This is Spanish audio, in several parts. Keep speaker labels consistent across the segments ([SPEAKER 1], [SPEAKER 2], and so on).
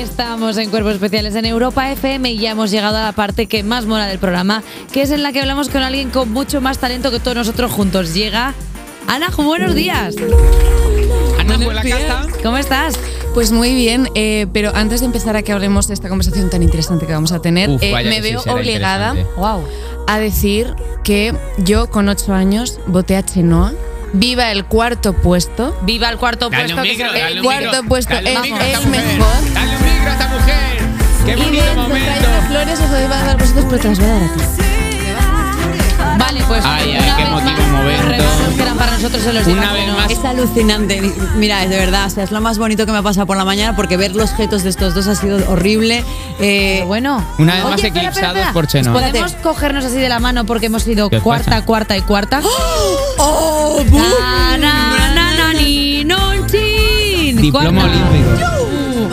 [SPEAKER 1] Estamos en Cuerpos Especiales en Europa FM y ya hemos llegado a la parte que más mola del programa, que es en la que hablamos con alguien con mucho más talento que todos nosotros juntos. Llega Ana, buenos días.
[SPEAKER 2] Ana
[SPEAKER 3] Buenos
[SPEAKER 2] fue la
[SPEAKER 3] días.
[SPEAKER 2] casa.
[SPEAKER 1] ¿Cómo estás?
[SPEAKER 3] Pues muy bien, eh, pero antes de empezar a que hablemos de esta conversación tan interesante que vamos a tener,
[SPEAKER 2] Uf,
[SPEAKER 3] eh,
[SPEAKER 2] vaya
[SPEAKER 3] me
[SPEAKER 2] que sí
[SPEAKER 3] veo
[SPEAKER 2] será
[SPEAKER 3] obligada
[SPEAKER 2] interesante.
[SPEAKER 1] Wow.
[SPEAKER 3] a decir que yo con ocho años voté a Chenoa, viva el cuarto puesto,
[SPEAKER 1] Viva el cuarto
[SPEAKER 2] Dale
[SPEAKER 1] puesto
[SPEAKER 2] un
[SPEAKER 1] que
[SPEAKER 2] micro,
[SPEAKER 1] se-
[SPEAKER 2] dale
[SPEAKER 3] el
[SPEAKER 2] un
[SPEAKER 3] cuarto
[SPEAKER 2] micro,
[SPEAKER 3] puesto
[SPEAKER 2] dale un
[SPEAKER 3] es
[SPEAKER 2] micro a esta
[SPEAKER 3] el
[SPEAKER 2] mujer.
[SPEAKER 3] mejor.
[SPEAKER 2] Dale un micro a esta mujer. Qué
[SPEAKER 3] y
[SPEAKER 2] bonito
[SPEAKER 3] dentro
[SPEAKER 2] momento.
[SPEAKER 3] traigo flores, os lo iba a dar vosotros, pero te las voy a dar a ti.
[SPEAKER 1] Vale, pues
[SPEAKER 2] Ay, ay,
[SPEAKER 1] una
[SPEAKER 2] qué
[SPEAKER 1] vez
[SPEAKER 2] emotivo
[SPEAKER 1] más,
[SPEAKER 2] momento.
[SPEAKER 1] regalos que eran para nosotros en los
[SPEAKER 2] Una
[SPEAKER 1] días,
[SPEAKER 2] vez
[SPEAKER 1] ¿no?
[SPEAKER 2] más.
[SPEAKER 4] Es alucinante. Mira, es de verdad, o sea, es lo más bonito que me ha pasado por la mañana porque ver los objetos de estos dos ha sido horrible. Eh,
[SPEAKER 1] Pero bueno.
[SPEAKER 2] Una vez más
[SPEAKER 1] Oye, espera,
[SPEAKER 2] eclipsados
[SPEAKER 1] espera, espera.
[SPEAKER 2] por Chenoa.
[SPEAKER 1] ¿Podemos cogernos así de la mano porque hemos sido
[SPEAKER 2] ¿Qué os
[SPEAKER 1] cuarta,
[SPEAKER 2] pasa?
[SPEAKER 1] cuarta y cuarta?
[SPEAKER 4] ¡Oh!
[SPEAKER 1] Na, na, na, na, ni, non, chin.
[SPEAKER 2] Diploma
[SPEAKER 1] Cuarta.
[SPEAKER 2] olímpico.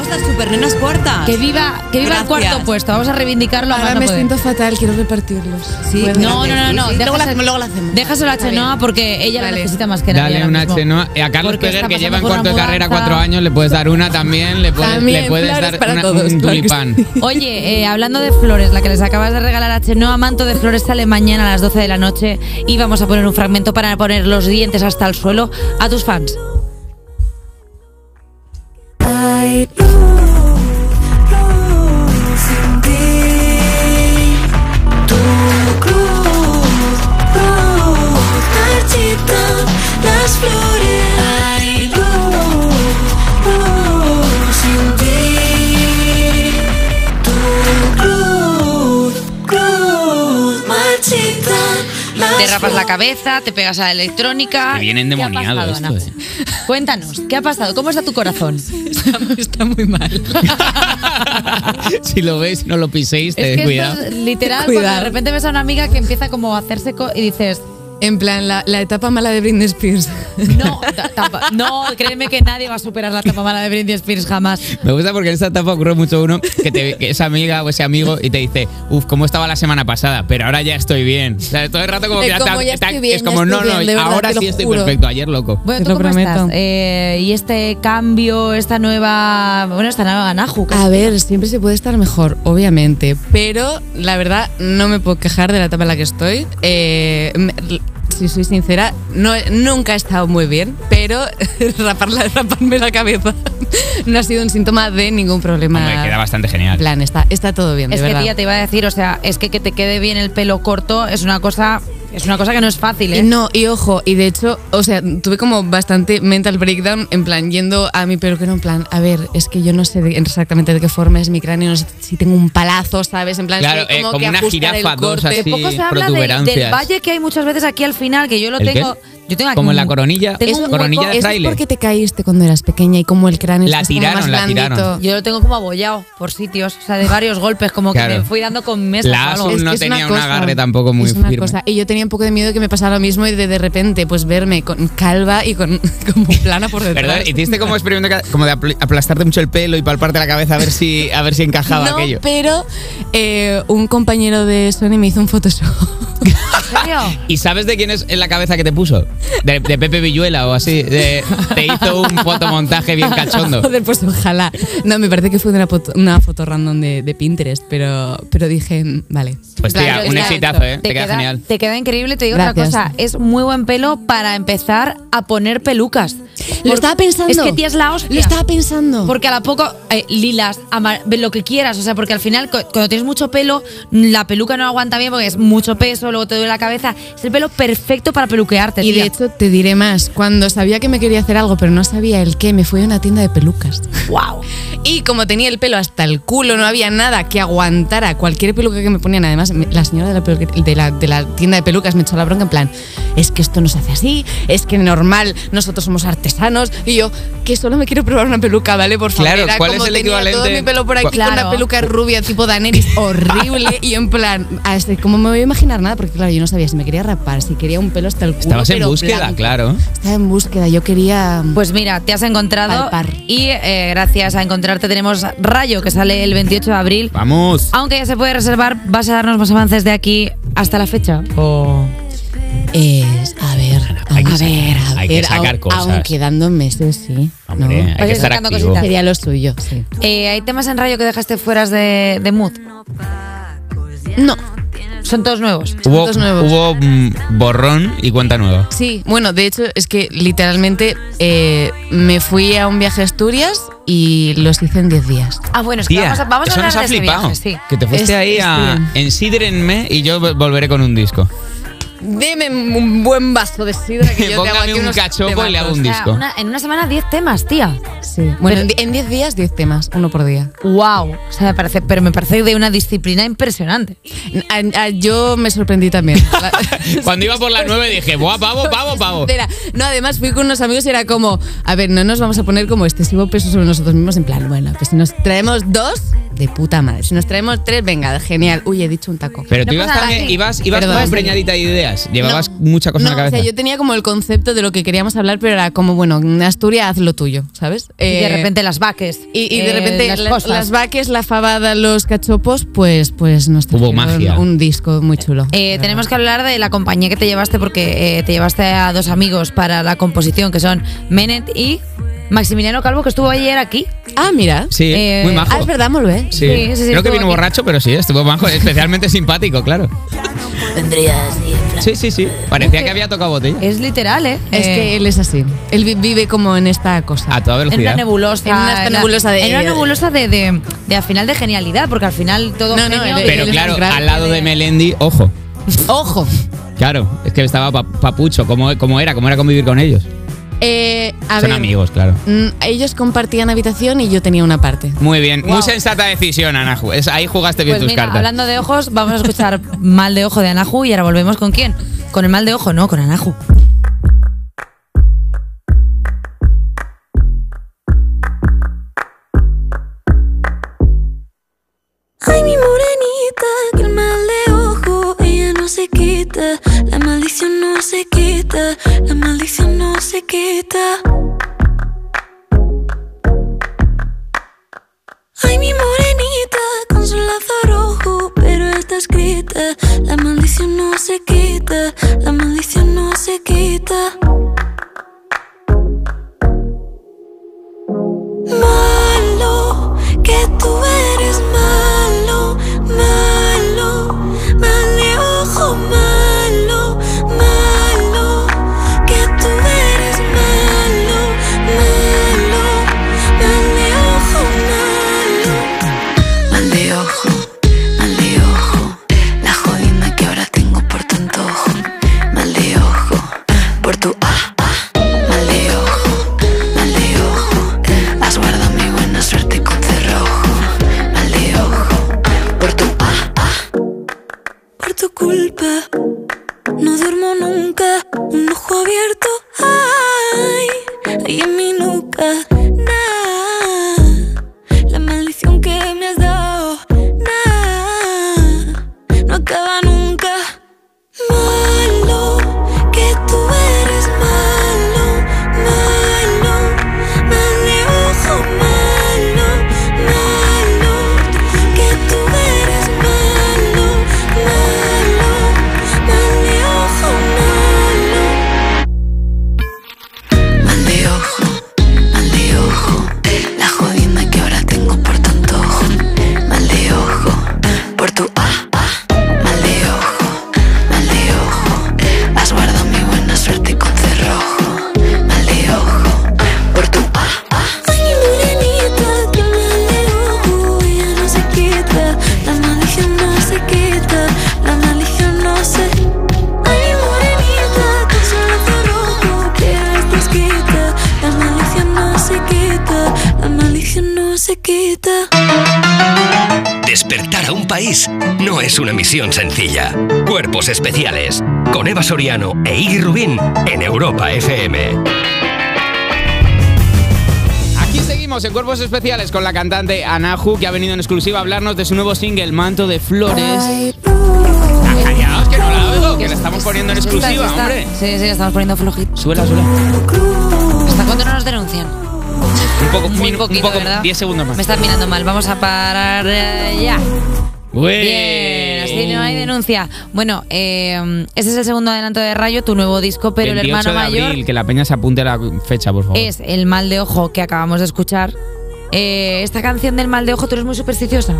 [SPEAKER 4] ¡Ostras, super nenas cuartas!
[SPEAKER 1] Que viva, que viva el
[SPEAKER 4] Gracias.
[SPEAKER 1] cuarto puesto. Vamos a reivindicarlo a
[SPEAKER 3] Ahora
[SPEAKER 1] más no
[SPEAKER 3] me
[SPEAKER 1] poder.
[SPEAKER 3] siento fatal, quiero repartirlos.
[SPEAKER 4] Sí,
[SPEAKER 3] Bueno,
[SPEAKER 1] No, no, no, no.
[SPEAKER 4] Sí, sí, luego la-
[SPEAKER 1] déjaselo-
[SPEAKER 4] luego la hacemos.
[SPEAKER 1] Déjaselo a Chenoa porque ella la
[SPEAKER 3] Vale.
[SPEAKER 1] necesita más que nadie.
[SPEAKER 2] Dale
[SPEAKER 1] ahora
[SPEAKER 2] una
[SPEAKER 1] mismo.
[SPEAKER 2] Chenoa. Eh, A Carlos
[SPEAKER 1] Porque
[SPEAKER 2] Pérez,
[SPEAKER 1] está
[SPEAKER 2] que lleva en
[SPEAKER 1] pasando por
[SPEAKER 2] cuarto de
[SPEAKER 1] una
[SPEAKER 2] carrera
[SPEAKER 1] mudanza.
[SPEAKER 2] cuatro años, le puedes dar una también. Le puedes,
[SPEAKER 3] También,
[SPEAKER 2] le puedes
[SPEAKER 3] flores
[SPEAKER 2] dar
[SPEAKER 3] para
[SPEAKER 2] una-
[SPEAKER 3] todos,
[SPEAKER 2] un
[SPEAKER 3] claro que
[SPEAKER 2] tulipán.
[SPEAKER 3] sí.
[SPEAKER 1] Oye, eh, hablando de flores, la que les acabas de regalar a Chenoa, manto de flores sale mañana a las 12 de la noche y vamos a poner un fragmento para poner los dientes hasta el suelo a tus fans.
[SPEAKER 5] Ay, no, no, sin ti. Tu cruz, cruz, marchitan las flores. Ay, no, no, sin ti. Tu cruz, cruz, marchitan las
[SPEAKER 1] Te rapas la
[SPEAKER 5] flores.
[SPEAKER 1] cabeza, te pegas a la electrónica.
[SPEAKER 2] Te
[SPEAKER 1] ¿Qué
[SPEAKER 2] viene
[SPEAKER 1] ha
[SPEAKER 2] endemoniado
[SPEAKER 1] pasado,
[SPEAKER 2] esto, eh?
[SPEAKER 1] Nacho? Cuéntanos, ¿qué ha pasado? ¿Cómo está tu corazón? está muy mal.
[SPEAKER 2] si lo veis, no lo piséis,
[SPEAKER 1] Es
[SPEAKER 2] te
[SPEAKER 1] que
[SPEAKER 2] Eh, cuidado.
[SPEAKER 1] esto es literal,
[SPEAKER 3] Cuidado.
[SPEAKER 1] cuando de repente ves a una amiga que empieza como a hacerse co- y dices,
[SPEAKER 3] En plan, la, la etapa mala de Britney Spears.
[SPEAKER 1] no, ta- tapa- no, créeme que nadie va a superar la tapa mala de Britney Spears jamás.
[SPEAKER 2] Me gusta porque en esta etapa ocurre mucho uno que, te, que es amiga o ese amigo y te dice, uff, ¿cómo estaba la semana pasada? Pero ahora ya estoy bien. O sea, todo el rato como
[SPEAKER 3] De
[SPEAKER 2] que ya
[SPEAKER 3] como
[SPEAKER 2] está-
[SPEAKER 3] ya
[SPEAKER 2] está-
[SPEAKER 3] estoy bien,
[SPEAKER 2] es
[SPEAKER 3] ya
[SPEAKER 2] como, no,
[SPEAKER 3] estoy
[SPEAKER 2] no,
[SPEAKER 3] bien, de verdad,
[SPEAKER 2] ahora
[SPEAKER 3] te lo
[SPEAKER 2] sí estoy
[SPEAKER 3] juro.
[SPEAKER 2] perfecto, ayer loco.
[SPEAKER 1] Bueno,
[SPEAKER 3] Te
[SPEAKER 1] ¿tú
[SPEAKER 3] lo
[SPEAKER 1] cómo estás?
[SPEAKER 3] prometo.
[SPEAKER 1] Eh, y este cambio, esta nueva, bueno, esta nueva Naju. que-
[SPEAKER 3] A ver, siempre se puede estar mejor, obviamente, pero la verdad no me puedo quejar de la etapa en la que estoy. Eh, me- si soy sincera, no, nunca he estado muy bien, pero raparla, raparme la cabeza no ha sido un síntoma de ningún problema.
[SPEAKER 2] Hombre, queda bastante
[SPEAKER 3] En
[SPEAKER 2] genial.
[SPEAKER 3] plan, está, está todo bien, de
[SPEAKER 1] Es que
[SPEAKER 3] verdad.
[SPEAKER 1] tía te iba a decir, o sea, es que que te quede bien el pelo corto es una cosa, es una cosa que no es fácil,
[SPEAKER 3] Y
[SPEAKER 1] ¿eh?
[SPEAKER 3] No, y ojo, y de hecho, o sea, tuve como bastante mental breakdown, en plan, yendo a mi peluquero, en plan, a ver, es que yo no sé de- exactamente de qué forma es mi cráneo, no sé si tengo un palazo, ¿sabes? En plan,
[SPEAKER 2] Claro,
[SPEAKER 3] estoy
[SPEAKER 2] eh, como
[SPEAKER 3] que
[SPEAKER 2] una
[SPEAKER 3] ajustar el
[SPEAKER 2] jirafa, dos
[SPEAKER 3] corte.
[SPEAKER 2] así.
[SPEAKER 1] Poco
[SPEAKER 2] Sí,
[SPEAKER 1] se habla del- del,
[SPEAKER 2] protuberancias.
[SPEAKER 1] valle que hay muchas veces aquí al final, que yo lo
[SPEAKER 2] ¿El qué?
[SPEAKER 1] tengo. Yo tengo aquí
[SPEAKER 2] Como en la
[SPEAKER 1] un-
[SPEAKER 2] coronilla,
[SPEAKER 1] tengo un
[SPEAKER 2] coronilla
[SPEAKER 1] hueco-
[SPEAKER 2] de
[SPEAKER 3] Eso es
[SPEAKER 2] fraile.
[SPEAKER 3] porque te caíste cuando eras pequeña y como el cráneo
[SPEAKER 2] La
[SPEAKER 3] es como
[SPEAKER 2] tiraron,
[SPEAKER 3] más
[SPEAKER 2] la
[SPEAKER 3] blandito.
[SPEAKER 2] tiraron.
[SPEAKER 1] Yo lo tengo como abollado por sitios, o sea, de varios golpes, como que
[SPEAKER 2] Claro.
[SPEAKER 1] me fui dando con mesas
[SPEAKER 2] La
[SPEAKER 1] o algo.
[SPEAKER 2] aso-
[SPEAKER 3] Es que
[SPEAKER 2] no
[SPEAKER 3] es
[SPEAKER 2] tenía un
[SPEAKER 3] cosa,
[SPEAKER 2] agarre tampoco muy
[SPEAKER 3] es una
[SPEAKER 2] firme.
[SPEAKER 3] cosa. Y yo tenía un poco de miedo de que me pasara lo mismo y de, de repente pues verme con calva y con como plana por detrás.
[SPEAKER 2] ¿Verdad? Hiciste como experimento que- como de apl- aplastarte mucho el pelo y palparte la cabeza a ver si, a ver si encajaba
[SPEAKER 3] no,
[SPEAKER 2] aquello.
[SPEAKER 3] pero eh, un compañero de Sony me hizo un Photoshop.
[SPEAKER 1] ¿En serio?
[SPEAKER 2] ¿Y sabes de quién es en la cabeza que te puso? De, de Pepe Villuela o así. de- te E hizo un fotomontaje bien cachondo.
[SPEAKER 3] Joder, pues ojalá. No, me parece que fue de una, foto- una foto random de, de Pinterest, pero, pero dije, mm, vale.
[SPEAKER 2] Pues
[SPEAKER 3] Claro,
[SPEAKER 2] tía, un
[SPEAKER 3] está
[SPEAKER 2] exitazo,
[SPEAKER 3] hecho.
[SPEAKER 2] ¿eh? Te, queda, genial.
[SPEAKER 1] Te queda increíble, te digo
[SPEAKER 3] Gracias.
[SPEAKER 1] una cosa, es muy buen pelo para empezar a poner pelucas.
[SPEAKER 3] Lo
[SPEAKER 1] Por-
[SPEAKER 3] estaba pensando.
[SPEAKER 1] Es que tía es la hostia.
[SPEAKER 3] Lo estaba pensando.
[SPEAKER 1] Porque a la poco, eh, lilas, amar- lo que quieras, o sea, porque al final cu- cuando tienes mucho pelo, mm, la peluca no aguanta bien porque es mucho peso, luego te duele la cabeza. Es el pelo perfecto para peluquearte.
[SPEAKER 3] y de
[SPEAKER 1] tía.
[SPEAKER 3] hecho te diré más, cuando sabía que me quería hacer algo pero no sabía el qué, me fui a una tienda de pelucas.
[SPEAKER 1] wow.
[SPEAKER 3] Y como tenía el pelo hasta el culo, no había nada que aguantara cualquier peluca que me ponían. Además, me- la señora de la, peluque- de la- de la tienda de pelucas me echó la bronca en plan, es que esto no se hace así, es que normal, nosotros somos artesanos. Y yo, que solo me quiero probar una peluca, ¿vale? Por favor.
[SPEAKER 2] Claro,
[SPEAKER 3] Era
[SPEAKER 2] ¿cuál
[SPEAKER 3] como
[SPEAKER 2] es el
[SPEAKER 3] tenía todo
[SPEAKER 2] equivalente?
[SPEAKER 3] mi pelo por aquí
[SPEAKER 1] Claro.
[SPEAKER 3] con una peluca rubia tipo Daneris, horrible. y yo en plan, a este, ¿cómo me voy a imaginar nada? Porque claro, yo no sabía si me quería rapar, si quería un pelo hasta el culo.
[SPEAKER 2] Estabas en
[SPEAKER 3] pero
[SPEAKER 2] búsqueda,
[SPEAKER 3] blanco.
[SPEAKER 2] claro.
[SPEAKER 3] Estaba en búsqueda, yo quería...
[SPEAKER 1] Pues mira, te has encontrado
[SPEAKER 3] Palpar.
[SPEAKER 1] y eh, gracias a encontrarte tenemos Rayo que sale el 28 de abril.
[SPEAKER 2] Vamos.
[SPEAKER 1] Aunque ya se puede reservar, vas a darnos más avances de aquí hasta la fecha.
[SPEAKER 3] Es, a ver,
[SPEAKER 2] hay que
[SPEAKER 3] a
[SPEAKER 2] sacar-
[SPEAKER 3] ver, a
[SPEAKER 2] hay que
[SPEAKER 3] ver,
[SPEAKER 2] sacar
[SPEAKER 3] aun-
[SPEAKER 2] cosas.
[SPEAKER 3] Aún quedando meses, sí.
[SPEAKER 2] hombre, Ah, hay que
[SPEAKER 1] Oye,
[SPEAKER 2] estar
[SPEAKER 1] Pues sacando
[SPEAKER 2] activo.
[SPEAKER 1] cositas.
[SPEAKER 3] Sería lo suyo, sí.
[SPEAKER 1] Eh, ¿Hay temas en rayo que dejaste fuera de, de mood?
[SPEAKER 3] No.
[SPEAKER 1] Son todos nuevos.
[SPEAKER 2] Hubo,
[SPEAKER 3] Tantos nuevos.
[SPEAKER 2] hubo mm, borrón y cuenta nueva.
[SPEAKER 3] Sí, bueno, de hecho es que literalmente eh, me fui a un viaje a Asturias y los hice en 10 días.
[SPEAKER 1] Ah, bueno, es que
[SPEAKER 2] Tía,
[SPEAKER 1] vamos a, vamos a
[SPEAKER 2] eso
[SPEAKER 1] hablar
[SPEAKER 2] nos
[SPEAKER 1] de
[SPEAKER 2] ha
[SPEAKER 1] ese
[SPEAKER 2] flipado.
[SPEAKER 1] viaje, sí.
[SPEAKER 2] Que te
[SPEAKER 3] Es-
[SPEAKER 2] fuiste ahí
[SPEAKER 3] es
[SPEAKER 2] a ensídrenme y yo vo- volveré con un disco.
[SPEAKER 3] Deme un buen vaso de sidra que yo te hago
[SPEAKER 2] Póngame
[SPEAKER 3] aquí
[SPEAKER 2] un
[SPEAKER 3] unos
[SPEAKER 2] cachopo y le hago un
[SPEAKER 1] O sea,
[SPEAKER 2] disco.
[SPEAKER 1] una- en una semana 10 temas, tía.
[SPEAKER 3] Sí. Bueno, en di- en 10 días 10 temas, uno por día.
[SPEAKER 1] Wow, o sea, me parece, pero me parece de una disciplina impresionante.
[SPEAKER 3] A- a- yo me sorprendí también. La-
[SPEAKER 2] Cuando iba por la 9 dije, ¡buah, pavo, pavo, pavo!
[SPEAKER 3] Era- no, además fui con unos amigos y era como, a ver, no nos vamos a poner como excesivo peso sobre nosotros mismos, en plan, bueno, pues si nos traemos dos, de puta madre. Si nos traemos tres, venga, genial. Uy, he dicho un taco.
[SPEAKER 2] Pero tú
[SPEAKER 1] No
[SPEAKER 2] ibas
[SPEAKER 1] pasa nada,
[SPEAKER 2] también,
[SPEAKER 1] sí.
[SPEAKER 2] ibas, ibas
[SPEAKER 3] Perdón.
[SPEAKER 2] toda empreñadita de ideas. Llevabas mucha cosa
[SPEAKER 3] no,
[SPEAKER 2] en la cabeza.
[SPEAKER 3] O sea, yo tenía como el concepto de lo que queríamos hablar, pero era como, bueno, en Asturias haz lo tuyo, ¿sabes?
[SPEAKER 1] y de
[SPEAKER 3] Eh,
[SPEAKER 1] repente las vaques.
[SPEAKER 3] Y, y de
[SPEAKER 1] eh,
[SPEAKER 3] repente la-
[SPEAKER 1] las
[SPEAKER 3] las,
[SPEAKER 1] cosas.
[SPEAKER 3] vaques, la fabada, los cachopos, pues, pues nos
[SPEAKER 2] Hubo
[SPEAKER 3] trajeron
[SPEAKER 2] magia.
[SPEAKER 3] un disco muy chulo.
[SPEAKER 1] Eh, tenemos que hablar de la compañía que te llevaste porque eh, te llevaste a dos amigos para la composición que son Menet y Maximiliano Calvo que estuvo ayer aquí.
[SPEAKER 3] Ah, mira.
[SPEAKER 2] sí,
[SPEAKER 1] eh,
[SPEAKER 2] muy
[SPEAKER 3] Ah,
[SPEAKER 2] majo.
[SPEAKER 3] es verdad, molve.
[SPEAKER 1] Sí, sí,
[SPEAKER 2] Sí.
[SPEAKER 1] sí,
[SPEAKER 2] Creo que
[SPEAKER 1] estuvo
[SPEAKER 2] vino
[SPEAKER 1] aquí.
[SPEAKER 2] borracho, pero sí, estuvo majo. Especialmente simpático, claro. Sí, sí, sí. Parecía que había tocado botella.
[SPEAKER 1] Es literal, ¿eh?
[SPEAKER 3] Es
[SPEAKER 1] Eh,
[SPEAKER 3] que él es así. Él vi- vive como en esta cosa.
[SPEAKER 2] A toda
[SPEAKER 1] en una
[SPEAKER 2] velocidad.
[SPEAKER 1] nebulosa.
[SPEAKER 3] En una nebulosa de-
[SPEAKER 1] en una nebulosa de, de- de al final de genialidad, porque al final todo.
[SPEAKER 3] No, no,
[SPEAKER 1] genio-
[SPEAKER 3] el-
[SPEAKER 2] Pero
[SPEAKER 3] Él es
[SPEAKER 2] claro,
[SPEAKER 3] un gran-
[SPEAKER 2] al lado de Melendi, ojo.
[SPEAKER 3] Ojo.
[SPEAKER 2] Claro, es que estaba pa- papucho. ¿Cómo, cómo era? ¿Cómo era convivir con ellos?
[SPEAKER 3] Eh, a
[SPEAKER 2] Son
[SPEAKER 3] ver,
[SPEAKER 2] amigos, claro.
[SPEAKER 3] mm, Ellos compartían habitación y yo tenía una parte.
[SPEAKER 2] Muy bien,
[SPEAKER 1] Wow.
[SPEAKER 2] muy sensata decisión, Ana. Ju- es- Ahí jugaste bien
[SPEAKER 1] Pues
[SPEAKER 2] tus
[SPEAKER 1] mira,
[SPEAKER 2] cartas.
[SPEAKER 1] hablando de ojos, vamos a escuchar Mal de Ojo de Anahu y ahora volvemos con quién. Con el mal de ojo, no, con Anahu.
[SPEAKER 5] Ay, mi morenita, que el mal de ojo, ella no se quita. La maldición no se quita, la maldición no se quita. Ay, mi morenita, con su lazo rojo, pero está escrita. La maldición no se quita, la maldición no se quita. Malo, que tú eres malo, malo, mal de ojo, malo, malo, que tú eres malo, malo, mal de ojo, malo. Mal de ojo, mal de ojo, la jodida que ahora tengo por tu antojo. Mal de ojo, por tu ah, ah. Mal de ojo, mal de ojo, has guardado mi buena suerte con cerrojo. Mal de ojo, por tu ah, ah. Por tu culpa, no duermo nunca, un ojo abierto, ay, y en mi nuca, nah. La maldición que me has dado, nah, no acaba nunca. Malo, que tú eres malo, malo, mal de ojo, malo, malo, que tú eres malo, malo, mal de ojo, malo. Mal de ojo, mal de ojo, la jodida que ahora tengo por tu antojo. Mal de ojo, por tu ah, ah. Mal de ojo, mal de ojo, has guardado mi buena suerte con cerrojo. Mal de ojo, por tu ah, ah. Ay, morenita, que mal de ojo ya no se quita. La maldición no se quita, la maldición no se Ay, morenita, que solo te rojo, que ahora estás quieta. La maldición no se quita, la maldición no se quita.
[SPEAKER 6] Despertar a un país no es una misión sencilla. Cuerpos especiales. Con Eva Soriano e Iggy Rubín en Europa FM.
[SPEAKER 2] Aquí seguimos en Cuerpos Especiales con la cantante Anahu, que ha venido en exclusiva a hablarnos de su nuevo single, Manto de Flores. Callaos, que no la oigo, que la estamos poniendo en
[SPEAKER 1] Sí, está,
[SPEAKER 2] exclusiva,
[SPEAKER 1] sí, está.
[SPEAKER 2] hombre.
[SPEAKER 1] Sí, sí, la estamos poniendo flojito.
[SPEAKER 2] Suela, suela. Un
[SPEAKER 1] Hasta cuándo no nos denuncian.
[SPEAKER 2] poco,
[SPEAKER 1] Muy
[SPEAKER 2] minu- un
[SPEAKER 1] poquito,
[SPEAKER 2] poco,
[SPEAKER 1] ¿verdad?
[SPEAKER 2] 10 segundos
[SPEAKER 1] Me
[SPEAKER 2] más.
[SPEAKER 1] estás mirando mal, vamos a parar eh, ya.
[SPEAKER 2] Ué.
[SPEAKER 1] Bien, así no hay denuncia. Bueno, eh, ese es el segundo adelanto de Rayo, tu nuevo disco, pero el
[SPEAKER 2] 28
[SPEAKER 1] hermano
[SPEAKER 2] de abril,
[SPEAKER 1] mayor
[SPEAKER 2] que la peña se apunte a la fecha, por favor.
[SPEAKER 1] es El Mal de Ojo que acabamos de escuchar. Eh, esta canción del Mal de Ojo, tú eres muy supersticiosa.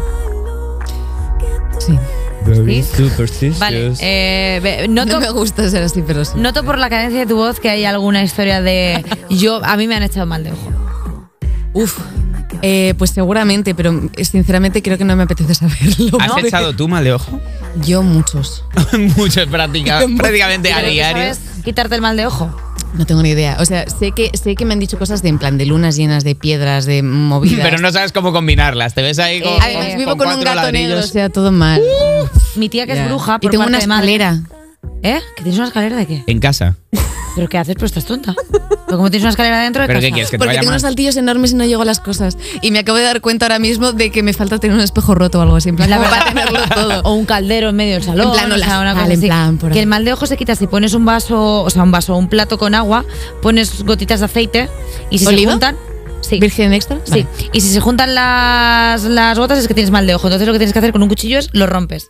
[SPEAKER 3] Sí.
[SPEAKER 1] Very ¿Sí? Vale, eh, ve- noto,
[SPEAKER 3] No me gusta ser así, pero sí.
[SPEAKER 1] noto por la cadencia de tu voz que hay alguna historia de. yo A mí me han echado mal de ojo.
[SPEAKER 3] Uf. Eh, pues seguramente, pero mm, sinceramente creo que no me apetece saberlo.
[SPEAKER 2] ¿Has
[SPEAKER 3] ¿no?
[SPEAKER 2] echado tú mal de ojo?
[SPEAKER 3] Yo muchos.
[SPEAKER 2] Muchos práctica- prácticamente a
[SPEAKER 1] Pero tú
[SPEAKER 2] diario.
[SPEAKER 1] sabes quitarte el mal de ojo.
[SPEAKER 3] No tengo ni idea. O sea, sé que, sé que me han dicho cosas de en plan de lunas llenas de piedras, de movidas.
[SPEAKER 2] Pero no sabes cómo combinarlas. Te ves ahí con,
[SPEAKER 1] Eh,
[SPEAKER 3] Además,
[SPEAKER 1] con-
[SPEAKER 3] vivo con, un
[SPEAKER 2] cuatro
[SPEAKER 3] gato negro, o
[SPEAKER 2] ladrillos.
[SPEAKER 3] sea, todo mal.
[SPEAKER 1] Mi tía que
[SPEAKER 3] Ya.
[SPEAKER 1] es Uh, bruja, por
[SPEAKER 3] Y tengo
[SPEAKER 1] parte
[SPEAKER 3] una
[SPEAKER 1] de madre-
[SPEAKER 3] escalera.
[SPEAKER 1] ¿Eh? ¿Que tienes una escalera de qué?
[SPEAKER 2] En casa.
[SPEAKER 1] ¿Pero qué haces? Pues estás tonta. Pero como tienes una escalera dentro de
[SPEAKER 2] ¿Pero qué
[SPEAKER 1] casa.
[SPEAKER 2] quieres? Que te
[SPEAKER 3] Porque
[SPEAKER 2] vaya
[SPEAKER 3] tengo
[SPEAKER 2] mal.
[SPEAKER 3] unos saltillos enormes y no llego a las cosas. Y me acabo de dar cuenta ahora mismo de que me falta tener un espejo roto o algo así. En plan,
[SPEAKER 1] La
[SPEAKER 3] como
[SPEAKER 1] verdad,
[SPEAKER 3] para tenerlo todo.
[SPEAKER 1] O un caldero en medio del salón.
[SPEAKER 3] En plan,
[SPEAKER 1] o
[SPEAKER 3] o
[SPEAKER 1] sea,
[SPEAKER 3] la
[SPEAKER 1] una
[SPEAKER 3] sal,
[SPEAKER 1] cosa
[SPEAKER 3] en
[SPEAKER 1] así.
[SPEAKER 3] plan, por
[SPEAKER 1] que
[SPEAKER 3] ahí.
[SPEAKER 1] el mal de ojo se quita si pones un vaso, o sea, un vaso, un plato con agua, pones gotitas de aceite y si
[SPEAKER 3] ¿Oliva?
[SPEAKER 1] se juntan. Sí.
[SPEAKER 3] ¿Virgen extra?
[SPEAKER 1] Sí.
[SPEAKER 3] Vale.
[SPEAKER 1] Y si se juntan las, las gotas es que tienes mal de ojo. Entonces lo que tienes que hacer con un cuchillo es lo rompes.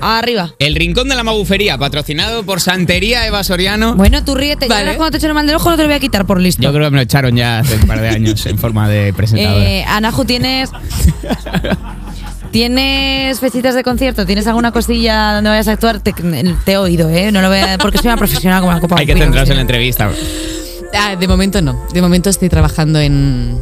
[SPEAKER 1] Arriba.
[SPEAKER 2] El Rincón de la Magufería, patrocinado por Santería Eva Soriano.
[SPEAKER 1] Bueno, tú ríete. Yo
[SPEAKER 3] Vale.
[SPEAKER 1] ahora cuando te echen el mal del ojo no te lo voy a quitar por listo.
[SPEAKER 2] Yo creo que me lo echaron ya hace un par de años en forma de presentadora.
[SPEAKER 3] pues
[SPEAKER 1] Eh, Anahu, tienes. ¿Tienes fechitas de concierto? ¿Tienes alguna cosilla donde vayas a actuar? Te, te he oído, ¿eh? No lo voy a. Porque soy una profesional como la copa.
[SPEAKER 2] Hay que
[SPEAKER 1] Pino,
[SPEAKER 2] centrarse
[SPEAKER 1] sí.
[SPEAKER 2] en la entrevista.
[SPEAKER 3] Ah, de momento no. De momento estoy trabajando en,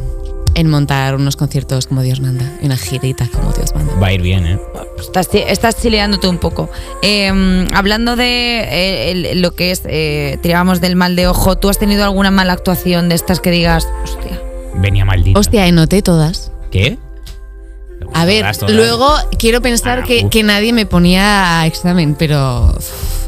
[SPEAKER 3] en montar unos conciertos como Dios manda. y Una girita como Dios manda.
[SPEAKER 2] Va a ir bien, ¿eh?
[SPEAKER 1] Estás, chi- estás chileándote un poco. Eh, hablando de eh, el- lo que es, eh, tirábamos del mal de ojo, ¿tú has tenido alguna mala actuación de estas que digas, hostia?
[SPEAKER 2] Venía maldito.
[SPEAKER 3] Hostia, anoté todas.
[SPEAKER 2] ¿Qué?
[SPEAKER 3] A ver,
[SPEAKER 2] Todas, todas.
[SPEAKER 3] luego quiero pensar
[SPEAKER 2] Ah,
[SPEAKER 3] que,
[SPEAKER 2] uf.
[SPEAKER 3] que nadie me ponía a examen, pero.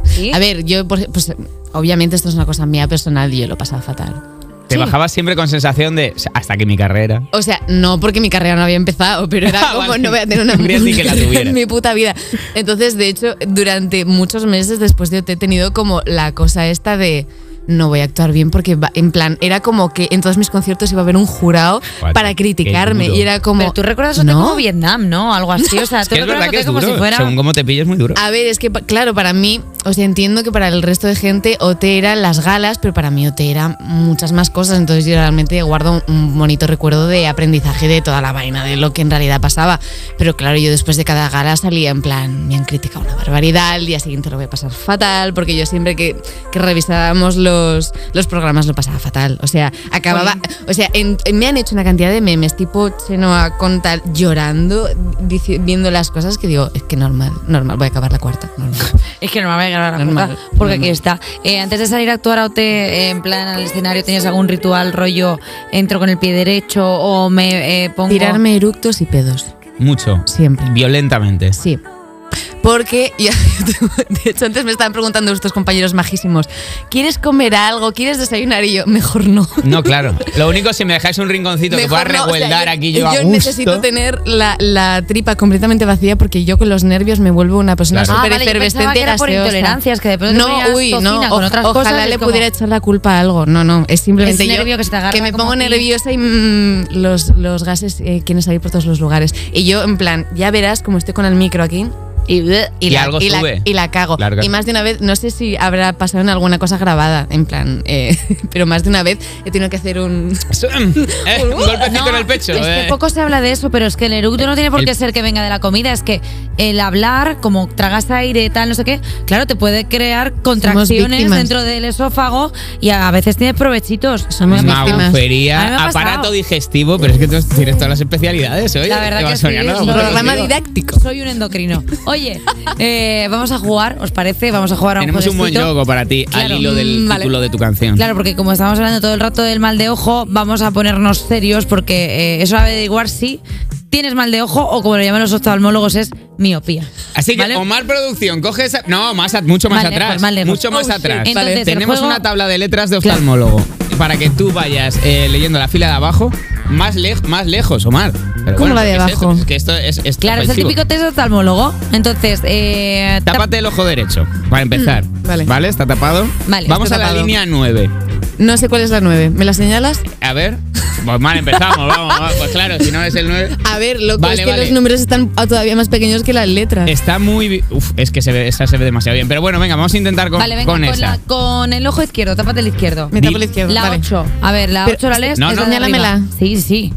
[SPEAKER 1] ¿Sí?
[SPEAKER 3] A ver, yo, por- pues, obviamente esto es una cosa mía personal y yo lo pasaba fatal.
[SPEAKER 2] Te
[SPEAKER 1] sí.
[SPEAKER 2] bajabas siempre con sensación de hasta que mi carrera.
[SPEAKER 3] O sea, no porque mi carrera no había empezado, pero era
[SPEAKER 2] Ah,
[SPEAKER 3] como
[SPEAKER 2] vale.
[SPEAKER 3] no voy a tener una
[SPEAKER 2] Querías ni que la
[SPEAKER 3] carrera
[SPEAKER 2] tuvieras.
[SPEAKER 3] en mi puta vida. Entonces, de hecho, durante muchos meses después de OT he tenido como la cosa esta de no voy a actuar bien porque va- en plan era como que en todos mis conciertos iba a haber un jurado
[SPEAKER 2] Joder,
[SPEAKER 3] para
[SPEAKER 2] qué
[SPEAKER 3] criticarme
[SPEAKER 2] duro.
[SPEAKER 3] y era como
[SPEAKER 1] Pero tú recuerdas OT
[SPEAKER 3] ¿no?
[SPEAKER 1] como Vietnam, ¿no? Algo así. O sea, tú
[SPEAKER 2] Que
[SPEAKER 1] recuerdas
[SPEAKER 2] es verdad que
[SPEAKER 1] OT
[SPEAKER 2] es
[SPEAKER 1] como
[SPEAKER 2] duro.
[SPEAKER 1] si fuera.
[SPEAKER 2] Según cómo te pilles, muy duro.
[SPEAKER 3] A ver, es que pa- claro, para mí, o sea, entiendo que para el resto de gente OT eran las galas, pero para mí OT eran muchas más cosas, entonces yo realmente guardo un bonito recuerdo de aprendizaje de toda la vaina, de lo que en realidad pasaba. Pero claro, yo después de cada gala salía en plan, me han criticado una barbaridad, al día siguiente lo voy a pasar fatal, porque yo siempre que, que revisábamos los, los programas lo pasaba fatal. O sea, acababa, o sea, en- en- me han hecho una cantidad de memes tipo Chenoa con tal, llorando, dici- viendo las cosas que digo, es que normal, normal, voy a acabar la cuarta. normal".
[SPEAKER 1] Es que no me voy a grabar la
[SPEAKER 3] Normal,
[SPEAKER 1] puerta porque aquí
[SPEAKER 3] normal.
[SPEAKER 1] está. Eh, antes de salir a actuar a OT, eh, en plan al escenario, ¿tenías algún ritual rollo? ¿Entro con el pie derecho o me eh, pongo...?
[SPEAKER 3] Tirarme eructos y pedos,
[SPEAKER 2] Mucho.
[SPEAKER 3] siempre.
[SPEAKER 2] Violentamente.
[SPEAKER 3] Sí. Porque, ya- de hecho, antes me estaban preguntando estos compañeros majísimos, ¿quieres comer algo? ¿Quieres desayunar? Y yo, mejor no.
[SPEAKER 2] No, claro. Lo único si me dejáis un rinconcito que pueda
[SPEAKER 3] Mejor no, o sea,
[SPEAKER 2] revueldar aquí yo,
[SPEAKER 3] yo
[SPEAKER 2] a gusto.
[SPEAKER 3] necesito tener la, la tripa completamente vacía porque yo con los nervios me vuelvo una persona
[SPEAKER 2] Claro.
[SPEAKER 1] Ah,
[SPEAKER 3] súper
[SPEAKER 1] vale, yo pensaba
[SPEAKER 3] efervescente
[SPEAKER 1] que era por
[SPEAKER 3] gaseosa.
[SPEAKER 1] intolerancias, que de pronto
[SPEAKER 3] no,
[SPEAKER 1] tenías
[SPEAKER 3] uy, no,
[SPEAKER 1] tocina con
[SPEAKER 3] o-
[SPEAKER 1] otras
[SPEAKER 3] ojalá
[SPEAKER 1] cosas,
[SPEAKER 3] le
[SPEAKER 1] es como-
[SPEAKER 3] pudiera echar la culpa a algo. No, no, es simplemente
[SPEAKER 1] Es
[SPEAKER 3] yo
[SPEAKER 1] nervio que se te agarra
[SPEAKER 3] me
[SPEAKER 1] como
[SPEAKER 3] pongo
[SPEAKER 1] a ti.
[SPEAKER 3] nerviosa y mm, los, los gases eh, quieren salir por todos los lugares. Y yo, en plan, ya verás como estoy con el micro aquí. Y, bleh,
[SPEAKER 2] Y algo
[SPEAKER 3] la,
[SPEAKER 2] sube.
[SPEAKER 3] y la cago.
[SPEAKER 2] Claro que-
[SPEAKER 3] Y más de una vez, no sé si habrá pasado en alguna cosa grabada, en plan, eh, pero más de una vez he tenido que hacer un,
[SPEAKER 2] Eh, un golpecito en el pecho.
[SPEAKER 1] Es
[SPEAKER 2] eh.
[SPEAKER 1] que poco se habla de eso, pero es que el eructo no tiene por
[SPEAKER 2] El-
[SPEAKER 1] qué ser que venga de la comida. Es que el hablar, como tragas aire, tal, no sé qué, claro, te puede crear contracciones
[SPEAKER 3] víctimas.
[SPEAKER 1] dentro del esófago y a veces tienes provechitos. A
[SPEAKER 3] Somos
[SPEAKER 1] mí me ha pasado. A mí me
[SPEAKER 2] Magufería,
[SPEAKER 1] ha pasado.
[SPEAKER 2] aparato digestivo, pero es que tú tienes todas las especialidades, oye.
[SPEAKER 1] La verdad
[SPEAKER 2] Eva
[SPEAKER 1] que sí,
[SPEAKER 2] Soriano,
[SPEAKER 1] es
[SPEAKER 2] un
[SPEAKER 1] lo que
[SPEAKER 3] programa
[SPEAKER 1] digo.
[SPEAKER 3] didáctico.
[SPEAKER 1] Soy un endocrino. Oye, eh, vamos a jugar, ¿os parece? Vamos a jugar a un
[SPEAKER 2] Tenemos un buen
[SPEAKER 1] jueguecito.
[SPEAKER 2] juego para ti
[SPEAKER 1] Claro.
[SPEAKER 2] al hilo del
[SPEAKER 1] Mm, vale.
[SPEAKER 2] título de tu canción.
[SPEAKER 1] Claro, porque como estamos hablando todo el rato del mal de ojo, vamos a ponernos serios porque eh, eso va a averiguar si tienes mal de ojo o como lo llaman los oftalmólogos es miopía.
[SPEAKER 2] Así que,
[SPEAKER 1] ¿Vale?
[SPEAKER 2] Omar Producción, coge esa. No, más, a- mucho más
[SPEAKER 1] Más lejos,
[SPEAKER 2] atrás.
[SPEAKER 1] más lejos.
[SPEAKER 2] Mucho más
[SPEAKER 1] Oh, shit.
[SPEAKER 2] atrás.
[SPEAKER 1] Entonces, el
[SPEAKER 2] Tenemos
[SPEAKER 1] juego-
[SPEAKER 2] una tabla de letras de oftalmólogo. Para que tú vayas eh, leyendo la fila de abajo, más, lej- más lejos, Omar. Pero
[SPEAKER 3] ¿Cómo la de
[SPEAKER 2] ¿qué es
[SPEAKER 3] abajo?
[SPEAKER 2] esto? Es que esto es. es
[SPEAKER 1] Claro, es el
[SPEAKER 2] ofensivo.
[SPEAKER 1] típico test de oftalmólogo. Entonces, eh, tap-
[SPEAKER 2] Tápate el ojo derecho, para empezar.
[SPEAKER 3] vale.
[SPEAKER 2] ¿Vale? ¿Está tapado?
[SPEAKER 1] Mm, Vale,
[SPEAKER 2] Vamos
[SPEAKER 1] está
[SPEAKER 2] a la
[SPEAKER 1] tapado.
[SPEAKER 2] línea 9.
[SPEAKER 3] No sé cuál es la 9. ¿Me la señalas?
[SPEAKER 2] A ver. Pues mal empezamos, vamos, va- Pues claro, si no es el 9.
[SPEAKER 3] A ver, loco,
[SPEAKER 2] Vale,
[SPEAKER 3] es que
[SPEAKER 2] vale.
[SPEAKER 3] los números están ah, todavía más pequeños que las letras.
[SPEAKER 2] Está muy. bi- Uf, es que se ve, esta se ve demasiado bien. Pero bueno, venga, vamos a intentar con,
[SPEAKER 1] Vale, venga,
[SPEAKER 2] con
[SPEAKER 1] con,
[SPEAKER 2] esa.
[SPEAKER 1] la- con el ojo izquierdo, tápate el izquierdo.
[SPEAKER 3] Me tapo la izquierda.
[SPEAKER 1] La
[SPEAKER 3] vale.
[SPEAKER 1] 8. A ver, la
[SPEAKER 3] Pero-
[SPEAKER 1] 8 la lees.
[SPEAKER 2] No,
[SPEAKER 1] es
[SPEAKER 2] no.
[SPEAKER 1] la de arriba.
[SPEAKER 3] Señálamela.
[SPEAKER 1] Sí, sí.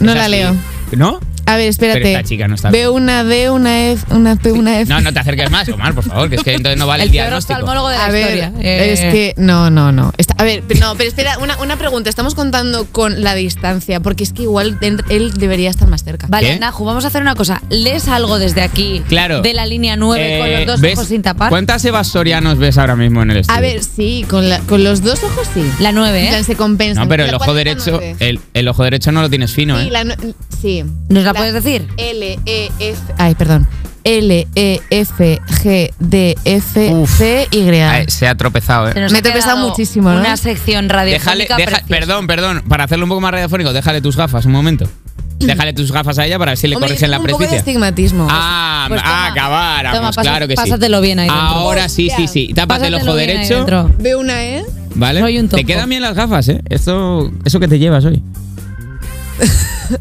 [SPEAKER 3] No
[SPEAKER 2] Es
[SPEAKER 3] la
[SPEAKER 2] así.
[SPEAKER 3] leo.
[SPEAKER 2] ¿No?
[SPEAKER 3] A ver, espérate.
[SPEAKER 2] Pero esta chica no está
[SPEAKER 3] Veo una D, una F, una P, una F.
[SPEAKER 2] No, no te acerques más, Omar, por favor, que es que entonces no vale el,
[SPEAKER 1] el peor
[SPEAKER 2] diagnóstico.
[SPEAKER 1] oftalmólogo de la
[SPEAKER 3] a ver,
[SPEAKER 1] historia. Eh,
[SPEAKER 3] es que no, no, no. Está- a ver, no, pero espera, una, una pregunta. Estamos contando con la distancia, porque es que igual en- él debería estar más cerca.
[SPEAKER 1] Vale,
[SPEAKER 2] ¿Qué?
[SPEAKER 1] Naju, vamos a hacer una cosa. Lees algo desde aquí.
[SPEAKER 2] Claro.
[SPEAKER 1] De la línea 9 con
[SPEAKER 2] Eh,
[SPEAKER 1] los dos
[SPEAKER 2] ¿ves?
[SPEAKER 1] ojos sin tapar.
[SPEAKER 2] ¿Cuántas Evas Sorianos ves ahora mismo en el estudio?
[SPEAKER 3] A ver, sí, con, la- con los dos ojos sí.
[SPEAKER 1] La 9,
[SPEAKER 3] En plan,
[SPEAKER 1] ¿eh?
[SPEAKER 3] se compensa.
[SPEAKER 2] No, pero el ojo derecho, el, el ojo derecho no lo tienes fino,
[SPEAKER 3] Sí,
[SPEAKER 2] ¿eh?
[SPEAKER 3] la no- sí.
[SPEAKER 1] ¿Nos la puedes decir?
[SPEAKER 3] L, E, F. Ay, perdón. L, E, F, G, D, F,
[SPEAKER 2] Uf.
[SPEAKER 3] C, Y.
[SPEAKER 2] Ay, se ha tropezado,
[SPEAKER 1] Se
[SPEAKER 2] Ah, ¿eh?
[SPEAKER 1] nos ha
[SPEAKER 3] Me he tropezado
[SPEAKER 1] quedado
[SPEAKER 3] muchísimo, ¿no?
[SPEAKER 1] Una sección
[SPEAKER 2] Déjale,
[SPEAKER 1] radiofónica.
[SPEAKER 2] deja-
[SPEAKER 1] preciosa.
[SPEAKER 2] perdón, perdón, para hacerlo un poco más radiofónico, déjale tus gafas un momento. Déjale tus gafas a ella para ver si le
[SPEAKER 3] Hombre, yo
[SPEAKER 2] corrigen la
[SPEAKER 3] tengo un poco de
[SPEAKER 2] presbicia.
[SPEAKER 3] estigmatismo.
[SPEAKER 2] Ah,
[SPEAKER 1] Pues toma,
[SPEAKER 2] ah, acabáramos,
[SPEAKER 1] toma, pasa-
[SPEAKER 2] claro que sí.
[SPEAKER 1] pásatelo bien ahí dentro.
[SPEAKER 2] Ahora sí, sí, sí. Tápate el
[SPEAKER 1] Pásatelo
[SPEAKER 2] ojo
[SPEAKER 1] bien ahí
[SPEAKER 2] derecho.
[SPEAKER 1] dentro.
[SPEAKER 3] Veo una E.
[SPEAKER 2] ¿Vale?
[SPEAKER 1] Soy un
[SPEAKER 2] te
[SPEAKER 1] topo.
[SPEAKER 2] quedan bien las gafas, ¿eh? Esto, eso que te llevas hoy.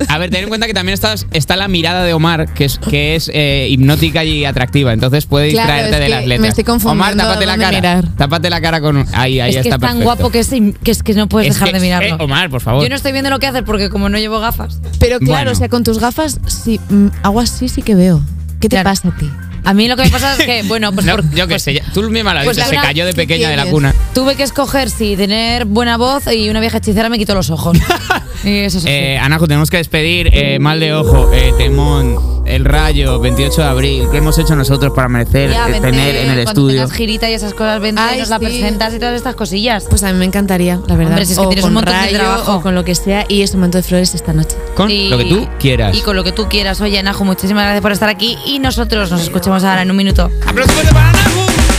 [SPEAKER 2] A ver, ten en cuenta que también estás- está la mirada de Omar, que es, que es eh, hipnótica y atractiva. Entonces puede
[SPEAKER 3] Claro,
[SPEAKER 2] distraerte
[SPEAKER 3] es
[SPEAKER 2] de
[SPEAKER 3] que
[SPEAKER 2] las letras.
[SPEAKER 3] me estoy confundiendo
[SPEAKER 2] Omar, tápate la
[SPEAKER 3] dónde
[SPEAKER 2] cara.
[SPEAKER 3] mirar.
[SPEAKER 2] Tápate la cara con. un- Ahí, ahí
[SPEAKER 1] es que
[SPEAKER 2] está
[SPEAKER 1] es tan
[SPEAKER 2] perfecto.
[SPEAKER 1] guapo que es, in- que, es que no puedes
[SPEAKER 2] Es
[SPEAKER 1] dejar
[SPEAKER 2] que-
[SPEAKER 1] de mirarlo.
[SPEAKER 2] eh, Omar, por favor.
[SPEAKER 1] Yo no estoy viendo lo que hacer porque como no llevo gafas.
[SPEAKER 3] Pero claro,
[SPEAKER 2] Bueno.
[SPEAKER 3] o sea, con tus gafas, sí, mm, algo así sí que veo. ¿Qué te
[SPEAKER 1] Claro.
[SPEAKER 3] pasa a ti?
[SPEAKER 1] A mí lo que me pasa es que, bueno, pues
[SPEAKER 2] No,
[SPEAKER 1] por-
[SPEAKER 2] yo qué sé, ya- tú misma lo has
[SPEAKER 3] pues
[SPEAKER 2] dicho,
[SPEAKER 3] la
[SPEAKER 2] se
[SPEAKER 3] verdad
[SPEAKER 2] cayó de
[SPEAKER 3] que
[SPEAKER 2] pequeña de la
[SPEAKER 3] tienes.
[SPEAKER 2] cuna.
[SPEAKER 1] tuve que escoger si tener buena voz y una vieja hechicera me quitó los ojos. y eso es así.
[SPEAKER 2] Eh, Anajo, tenemos que despedir eh, Mal de Ojo, eh, Temón, El Rayo, 28 de abril. ¿Qué hemos hecho nosotros para merecer
[SPEAKER 1] Ya,
[SPEAKER 2] eh,
[SPEAKER 1] vente,
[SPEAKER 2] tener en el
[SPEAKER 1] cuando
[SPEAKER 2] estudio?
[SPEAKER 1] tengas girita y esas cosas, vente
[SPEAKER 3] Ay,
[SPEAKER 1] y nos la
[SPEAKER 3] sí.
[SPEAKER 1] presentas y todas estas cosillas.
[SPEAKER 3] Pues a mí me encantaría, la verdad.
[SPEAKER 1] Hombre, si es que
[SPEAKER 3] O
[SPEAKER 1] tienes un
[SPEAKER 3] con
[SPEAKER 1] montón de
[SPEAKER 3] rayo,
[SPEAKER 1] trabajo.
[SPEAKER 3] O con lo que sea, y ese manto de flores esta noche.
[SPEAKER 2] Con
[SPEAKER 1] Y-
[SPEAKER 2] lo que tú quieras.
[SPEAKER 1] Y con lo que tú quieras. Oye, Najo, muchísimas gracias por estar aquí y nosotros nos escuchamos ahora en un minuto.
[SPEAKER 2] ¡Aplausos fuertes para Anahu!